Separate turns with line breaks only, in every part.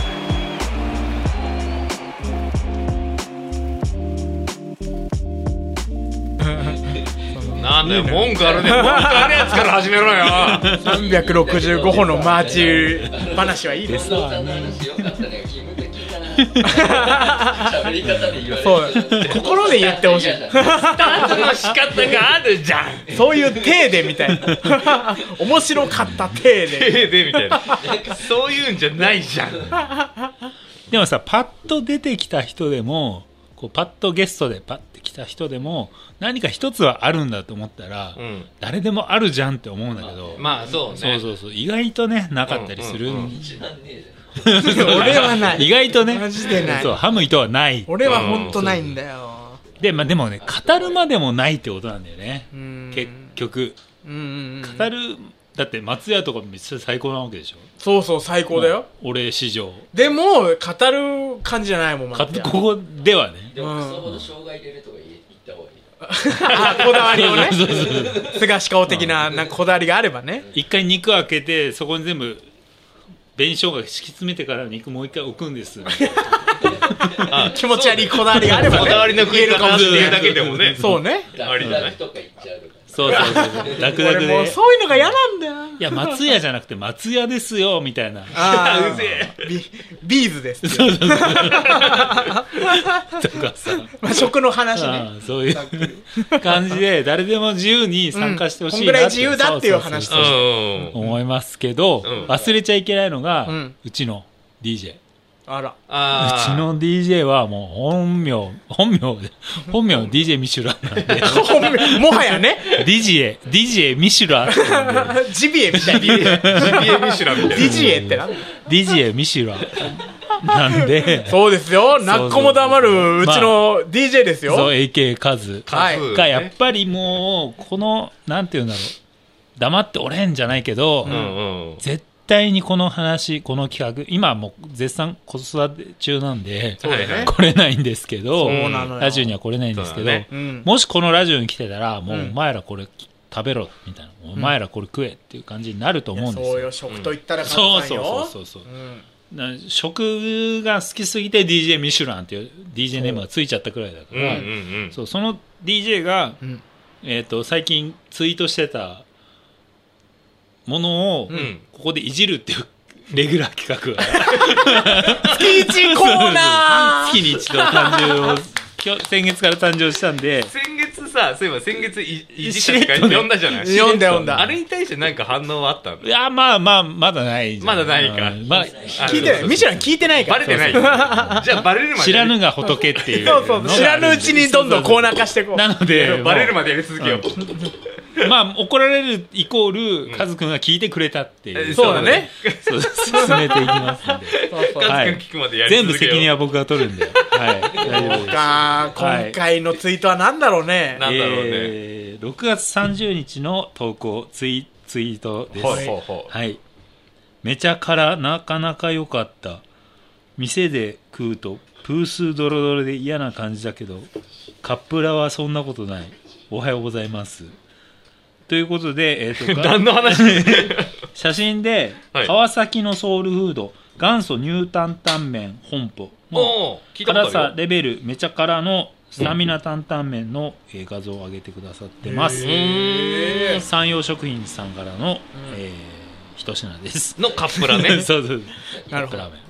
Hey.
なんだよ、文句あ るね。文句あるやつから始めろよ。
365歩のマーチ話はいいです
そんな話よかったね今聞いたな喋り方で言われ
そう心で言ってほしい
二つの仕方があるじ ゃん。
そういう体でみた いな面白かった体で
ええで、みたいな。そういうんじゃないじゃん。
でもさ、パッと出てきた人でも、こうパッとゲストでパッて来た人でも、何か一つはあるんだと思ったら、
ん
誰でもあるじゃんって思うんだけど、
まあ、そうね。
そうそうそう、意外とね、なかったりする。
うんうんう
一番ねえじゃん
俺はない
意外とね、
マジでない
そう、ハムイとはない。
俺はほんとないんだよ
で、まあでもね、語るまでもないってことなんだよね。
うん
結局。
うんうんうん
語る、だって松屋とかめっちゃ最高なわけでしょ。
そうそう最高だよ
俺史上。
でも語る感じじゃないもん
か
ま
ここではね。
でもクソほど障害出るとか言え言った方がいい
あこだわりをね
そうそうそう
すがし顔的ななんかこだわりがあればね
一回肉開けてそこに全部紅生姜敷き詰めてから肉もう一回置くんです
あ
気持ち悪いこだわりがあればね
こだわりの食い方っていうだけでもね。
そうね
ありじゃない
ラクダとか言っちゃうとか
そうそうそうそう楽々
俺もう
で
そういうのが嫌なんだよ
いや松屋じゃなくて松屋ですよみ たいな
あ
うぜ
ービビーズですよ
とかさ
まあ食の話ね
ああそういう感じで誰でも自由に参加してほ
うんこ
しいな
んぐらい自由だっていう話
そ
うん
そそ
うんうん。
思いますけど
ん
忘れちゃいけないのが
うん
うちの DJ
あら
う
あ
ち
ー
の DJ はもう本名 本名で本名 DJ ミシュランなんで
本名もはやね
DJ DJ ミシュラーなんで
ジビエみたいに
CBA ミシュランみたいな。
ディジエってなんだ
DJ ミシュラーなんで、
そうですよなっこも黙るうちの DJ ですよ、
そう、AK カズ
はい
多数ね
が、やっぱりもう、この、なんて言うんだろう、黙っておれんじゃないけど、
うんうん。
絶対にこの話、この企画、今もう絶賛子育て中なんで、
そうだね
来れないんですけど、
そう
なのよ
ラジオには来れないんですけ
そう
ど、
だね
うん
もしこのラジオに来てたら、もううんお前らこれ食べろ、みたいな、お前らこれ食えっていう感じになると思うんです
そう
よ。
よ食と言ったら簡
そう
単
そう
よ
そうそうそう。
うん
な食が好きすぎて DJ ミシュランっていう DJ ネームがついちゃったくらいだか
うんうん
ら、
うん。
そうその DJ が、
うん
えー、と最近ツイートしてたものを、
ん
ここでいじるっていう レギュラー企画が
月一コーナー
月に一度誕生を今日先月から誕生したんで
先月さ、そういえば先月い、いじ
し
っ
れ
た
っと
って
ね
呼んだじゃない
読んだ読ん
あ
だ
れに対してなんか反応はあったの
いやまあまあまだないじゃん
まだないか
うんまあ
聞いてないミシュラン聞いてないか
バレ
ら
てない。じゃあバレるまで。
知らぬが仏っていう
そうそうそう知らぬうちにどんどんコーナー化していこう
なので
バレるまでやり続けよう。
まあ怒られるイコールカズくんが聞いてくれたっていう、
え
そうだね
そう進めていきますんで
そうそう
はい
カズ君聞くまでやり
全
続
部
けよう。
責任は僕が取るんで、はい、大丈夫です。
か
はい
今回のツイートは何だろうね
なんだろうね
えー6月30日の投稿ツイツイートです。
ほうほうほう。
はい。めちゃからなかなか良かった。店で食うとプースードロドロで嫌な感じだけど、カップラはそんなことない。おはようございます。ということで、 え ーと
何の話
写真で、
はい
川崎のソウルフード元祖ニュータンタンメン本舗の
おお、聞いたこ
辛
とあ
さ
るよ。
レベルめちゃ辛のスタミナ担々麺のえー画像を上げてくださってます、
へー
山陽食品さんからの、えー一品です
のカップラね。
そうそう
なるほど
カップラーメン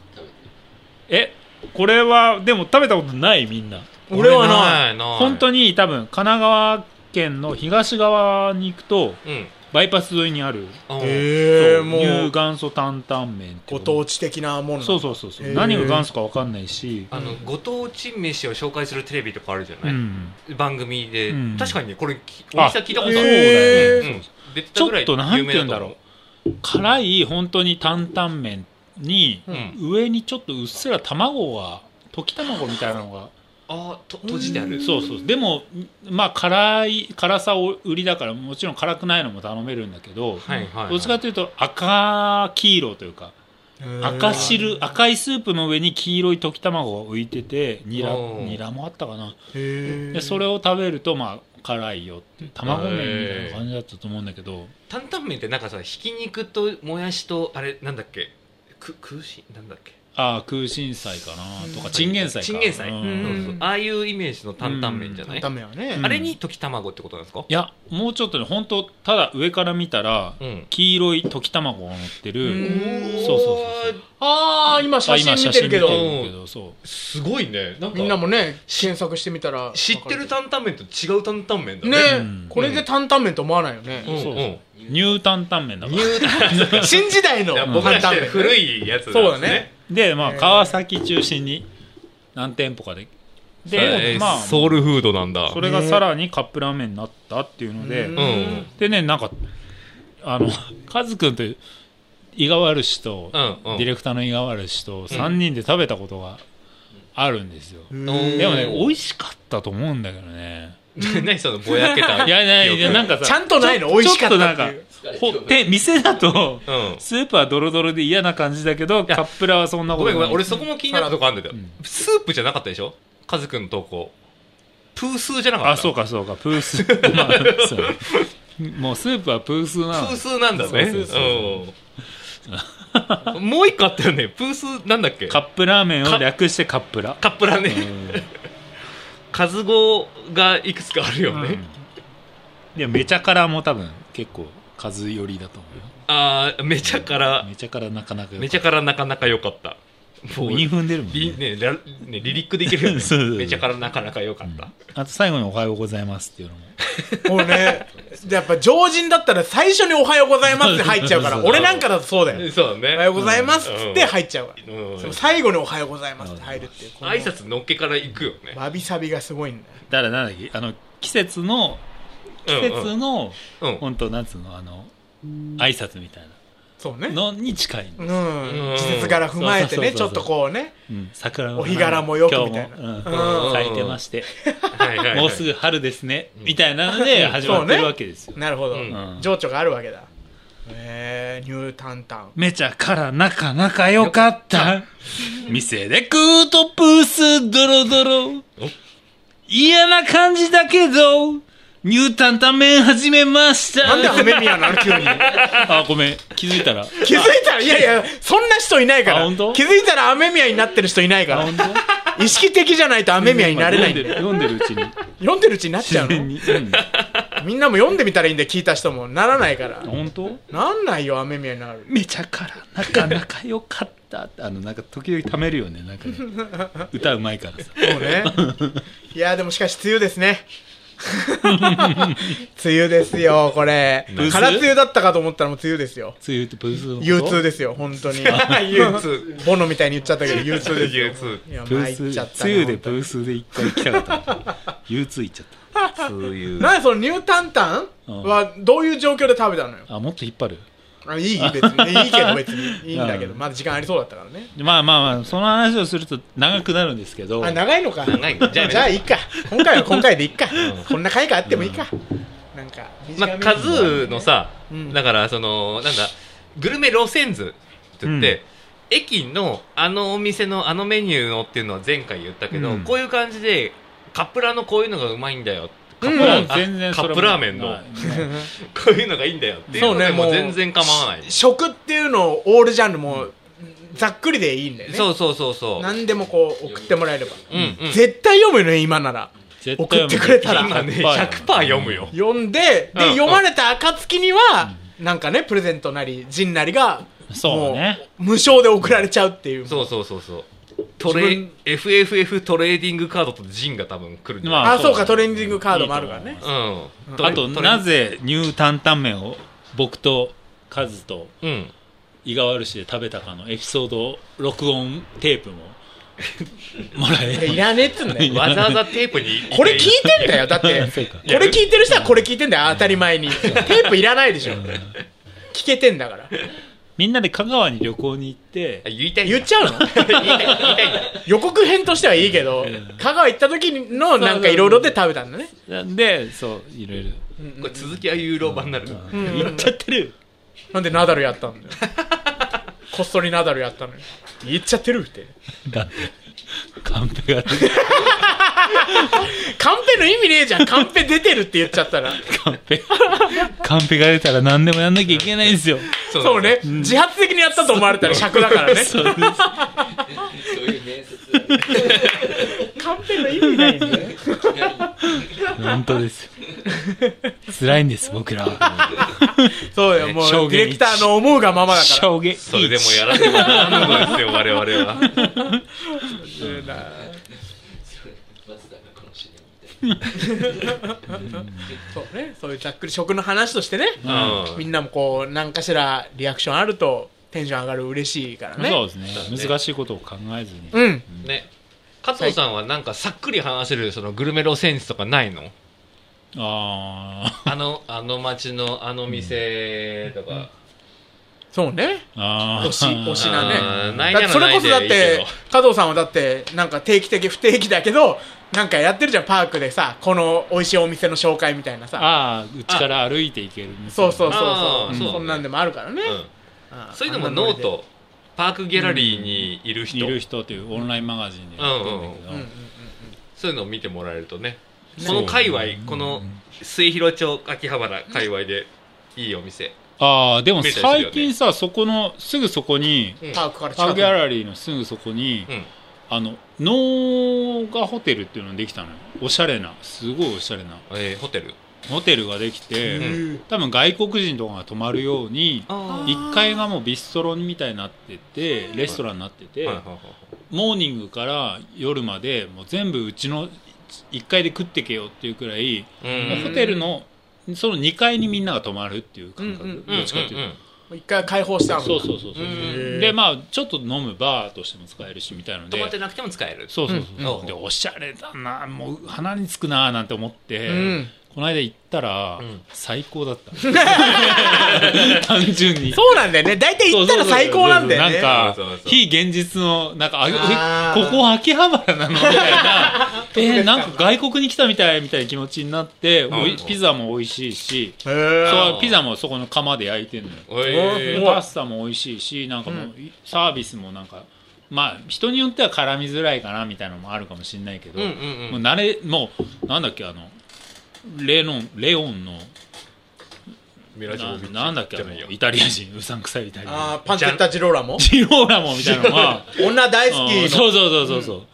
えこれはでも食べたことないみんな
俺はない
い。ない
本当
に。
に多分神奈川県の東側に行くと
うん。
バイパス沿いにある
うん
ええ
そう
も
ニュー
う
元祖担々麺って
ご
いう
当地的なもの
そうそうそうそう、
へー
何が元祖か分かんないし
あの、ご当地飯を紹介するテレビとかあるじゃ
う
ない
ん
番組で
うん。
確かにね、これ、きお
あ
店聞いたことあ
そ
る。
うだよね、
う
そうん
出て
ち
たぐ
ょ
ら
っ
い
となん
有
て
名
言
だ
うん
と
だ
思
ろう辛い本当に担々麺に
う。うん。
上にちょっとうっすら卵が溶き卵みたいなのが
あと閉じてある
そうそうでもまあ辛い辛さを売りだからもちろん辛くないのも頼めるんだけ
は
ど、
いはいはい
どっちかというと赤黄色というか赤汁赤いスープの上に黄色い溶き卵が浮いててニラ
おー
ニラもあったかな
へ
でそれを食べるとまあ辛いよっていう卵麺みたいな感じだったと思うんだけど
担々麺ってなんかさひき肉ともやしとあれなんだっけく空心なんだっけ
ああ空心菜かなとかチンゲン菜か
チンゲン菜、
う
そ
ん
うそうああいうイメージの担々麺じゃない、
ダメやね、
うん
あれに溶き卵ってことなんですか
いやもうちょっとね本当ただ上から見たら、
うん
黄色い溶き卵が乗ってる、
うん
そうそうそう
ああ今写真
あ今
見てるけ
写
ど
真見てるけどそう
すごいねなんか
みんなもね検索してみたら
知ってる
ね
担々麺と違う担々麺だね
うん
これで担々麺と思わないよね、
うん
そう
う
そ
ん
乳担々麺だから
新時代の
いや
担
僕らし
々
てる
麺
古いやつなんです
そうだね
でまあ
えー
川崎中心に何店舗かでで、
えー
まあ
ソウルフードなんだ
それがさらにカップラーメンになったっていうので、
うん
うん
でねなんかあのカズくんという伊賀悪氏と、
うんうん
ディレクターの伊賀悪氏と3人で食べたことがあるんですよ、
うん
でもね美味しかったと思うんだけどね
何そのぼやけた
いやいやいやなん
か
かさ
ちゃんとないの
ちょ
美味しかったっていう
ちょっとなんかほで店だと
うん
スープはドロドロで嫌な感じだけど
や
カップラはそんなこ
ご
と
めん
な
ご
い
めん俺そこも気になるとこあんだけど
うん
スープじゃなかったでしょカズくんの投稿プースーじゃなかった
あそうかそうかプー スまあそうもうスープはプースなの
プースーなんだね
そうそう
うんもう一個あったよねプースーなんだっけ
カ
カ
ップラーメンを略してカップラ
ップラね
うん
カズゴがいくつかあるよね、
いやめちゃ辛も多分結構数寄りだと思うよ
ああめちゃから
めちゃ辛なかなか
めちゃ
ゃ
からなかなか良かったもう
韻踏んでるもん
リ
ね
ねラねリリックできるよね
そうそうそう
めちゃからなかなか良かった、
あと最後に「おはようございます」っていうのも
もうねやっぱ常人だったら最初に「おはようございます」って入っちゃうか
そ
ら
うそうそう
俺なんかだとそうだよ
そうだね
「おはようございます」って入っちゃうか
うんうん
らその最後に「おはようございます」って入るっていうこの
挨拶のっけから行くよね
わびさびがすごいんだよ
だからなんだっけあの季節の季節の
うんうん
本当なんつうのあの挨拶みたい
そうね
なのに近いんだ
う
よ
ん季節柄踏まえてねち
そ
ょ
っ
っ
と
と
こ
こうね
うん桜
お日柄もよくみたいな
今日
うん
もうん咲いてまして
はいはいはい
もうすぐ春ですねみたいなので始まってるわけですよ
なるほど
うん
情緒があるわけだへえニュータンタ ン
めちゃからなかなかよかった。店で食うとプースドロドロ。嫌な感じだけど、ニュータンタン麺始めました。
なんで雨宮なの急 に
あ、ごめん。気づいたら。
気づいたらいやいやそんな人いないか
あ
ら
本当
気づいたら雨宮になってる人いないか
あ、
ら
本当
意識的じゃないと雨宮になれないんだよ
読んでる読んでるうちに。
読んでるうちになっちゃう
自然
の
に。うん
みんなも読んでみたらいいんだよ聞いた人もならないから
本当
なんないよ雨宮になる
めちゃからなかなかよかった。あの、なんか時々ためるよね。なんかね。歌うまいから さ。
そうねいやでもしかし梅雨ですね 梅雨ですよこれ
ブス
空梅雨だったかと思ったらもう梅雨ですよ
梅雨とプースのこと
憂鬱ですよ本 当に
憂鬱
ボノみたいに言っちゃったけど憂鬱ですよ
憂鬱
いや
ブ
参っちゃ
ー
っ
ス、
た
梅
ね
雨でブースで一回行きたかった。憂鬱行っちゃった。
そういう
なんでそのニュータンタンはどういう状況で食べたのよ
あもっと引っ張る
あいい別にいいけど別にいいんだけど
う
まだ時間ありそうだったからね
まあまあまあその話をすると長くなるんですけど
あ長いのか
長いじゃあ
じゃあいいか今回は今回でいいかこんな回があってもいいかなんか
まあ、カズーのさ、
うん
だからそのなんだグルメ路線図って言って、駅のあのお店のあのメニューのっていうのは前回言ったけど、
うん
こういう感じでカップラのこういうのがうまいんだよカップラ,、
うん全然
カ
それ
ッ
も
プラーメンの
はい
こういうのがいいんだよっていうので
そうね
もう
もう
全然構わない
食っていうのをオールジャンルもうざっくりでいいんだよね
そうそうそうそう
何でもこう送ってもらえれば
うんうん
絶対読むよね今なら
絶対
送ってくれたら
今ね100%
パー
読むよ、
読んでで
うん
読まれた暁にはなんかねプレゼントなり陣なりが
そうね
もう無償で送られちゃうっていう
そうそうそうそうトレ
自
FFF トレーディングカードとジンが多分来るんじゃない
ま
あそう
そう
かトレーディングカードもあるから
いい
ね
うんトレ
あとなぜニュータンタン麺を僕とカズと
うん
伊賀るしで食べたかのエピソード録音テープももらえ
いらねえっつうんだよ
わざわざテープに
これ聞いてんだよだって
そうか
これ聞いてる人はこれ聞いてんだよ当たり前にテープいらないでしょ聞けてんだから
みんなで香川に旅行に行って
言いたいんだ
言っちゃうの
言いたい言いたいんだ
予告編としてはいいけど、香川行った時のなんかいろいろで食べたんだね。
なんでそういろいろ
これ続きはユーロ版になるの
行っちゃってる
なんでナダルやったんだよ。こっそりナダルやったのよ。言っちゃってるって。
だってカンペが出て
カンペの意味ねえじゃん。カンペ出てるって言っちゃったら。
カンペカンペが出たら何でもやんなきゃいけないんですよ
そう
そうね。自発的にやったと思われたら尺だからね。
そうです
そういう面接
カンペの意味ないんだよ。
本当ですよ辛いんです僕らは
そうよ、もう、デ
証
ィ
言
レクターの思うがままだから。
衝撃
それでもやらねばならんのですよ我々は
マスターがこのシネ
そうね。そういうざっくり食の話としてね。
うん
みんなもこう、何かしらリアクションあると、テンション上がる嬉しいからね。
そうですね難しいことを考えずに
うん。
ね加藤さんはなんかさっくり話せるそのグルメ路線図とかないの
あ
あのあの町のあの店とか、
そうね。
ーあー
推し、推しな
あ
ね
ー。ないな
だっ
ら
てそれこそだっ
ないでいい
て
けど、
加藤さんはだって、なんか定期的不定期だけど、なんかやってるじゃん、パークでさ、この美味しいお店の紹介みたいなさ。
ああうちから歩いていけるみたいな
そうそうそう
あ
そ
ー
う。
そう
そんなんでもあるからね。
うん
あー
そういうのもノー。トパークギャラリーにいる人
いる人というオンラインマガジンでやってるんだけ
あんなノリでう
ど、
んうん
そういうのを見てもらえるとねこの界隈この末広町秋葉原界隈でいいお店
ああでも
見えたりするよね
最近さそこのすぐそこに
うん
パークから
パー
近
ク
く
ギャラリーのすぐそこに、
うん
あの農家ホテルっていうのができたのよおしゃれなすごいおしゃれな
えーホテル
ホテルができて、多分外国人とかが泊まるように
あ
ー
1階がもうビストロみたいになっててレストランになってて、
はいはいはい
モーニングから夜までもう全部うちの1階で食ってけよっていうくらい、
うん
もうホテルのその2階にみんなが泊まるっていう感覚、
うんうん
うん
どっちかっていうと、
もう一回解放したの。
そうそうそうそう、
う
でまあちょっと飲むバーとしても使えるしみたいので
泊まってなくても使える
そうそうそう、
うん
でおしゃれだなもう鼻につくななんて思って、
うん
この間行ったら、
ん
最高だった 単純に
そうなんだよね。大体行ったら最高なんだよね。
そうそうそうなんか
そうそうそう
非現実のなんかあ
あ
え
ー
ここ秋葉原なのみたい なえーなんか外国に来たみたいみたいな気持ちになって、おい
うん
ピザも美味しいし、
へー
そうピザもそこの窯で焼いてんのよ
え
で
ー
パスタも美味しいしなんかもう、サービスもなんかまあ人によっては絡みづらいかなみたいなのもあるかもしれないけど、
うんうんうん
もう慣れもうなんだっけあのレノンレオンの
ミラジョ
な
ービッチ
なんだっけあ
じゃ
の
ないよ
イタリア人うさんくさいイタリア
あーパンチェッタジローラも
人ジローラモンみたいなのが
女大好
うん
き
そ
の
うそうそうそうそ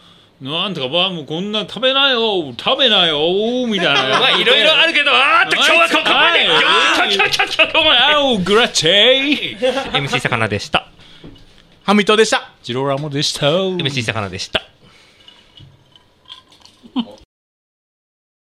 う、なんとかわあもうこんな食べないよ食べないよみたいな
まあいろいろあるけどあーっと今日はここまで
はい
今日は今日はここま
あ おグラッチェ イ
で MC 魚でした
ハミトでした
ジローラモンでした
MC 魚でした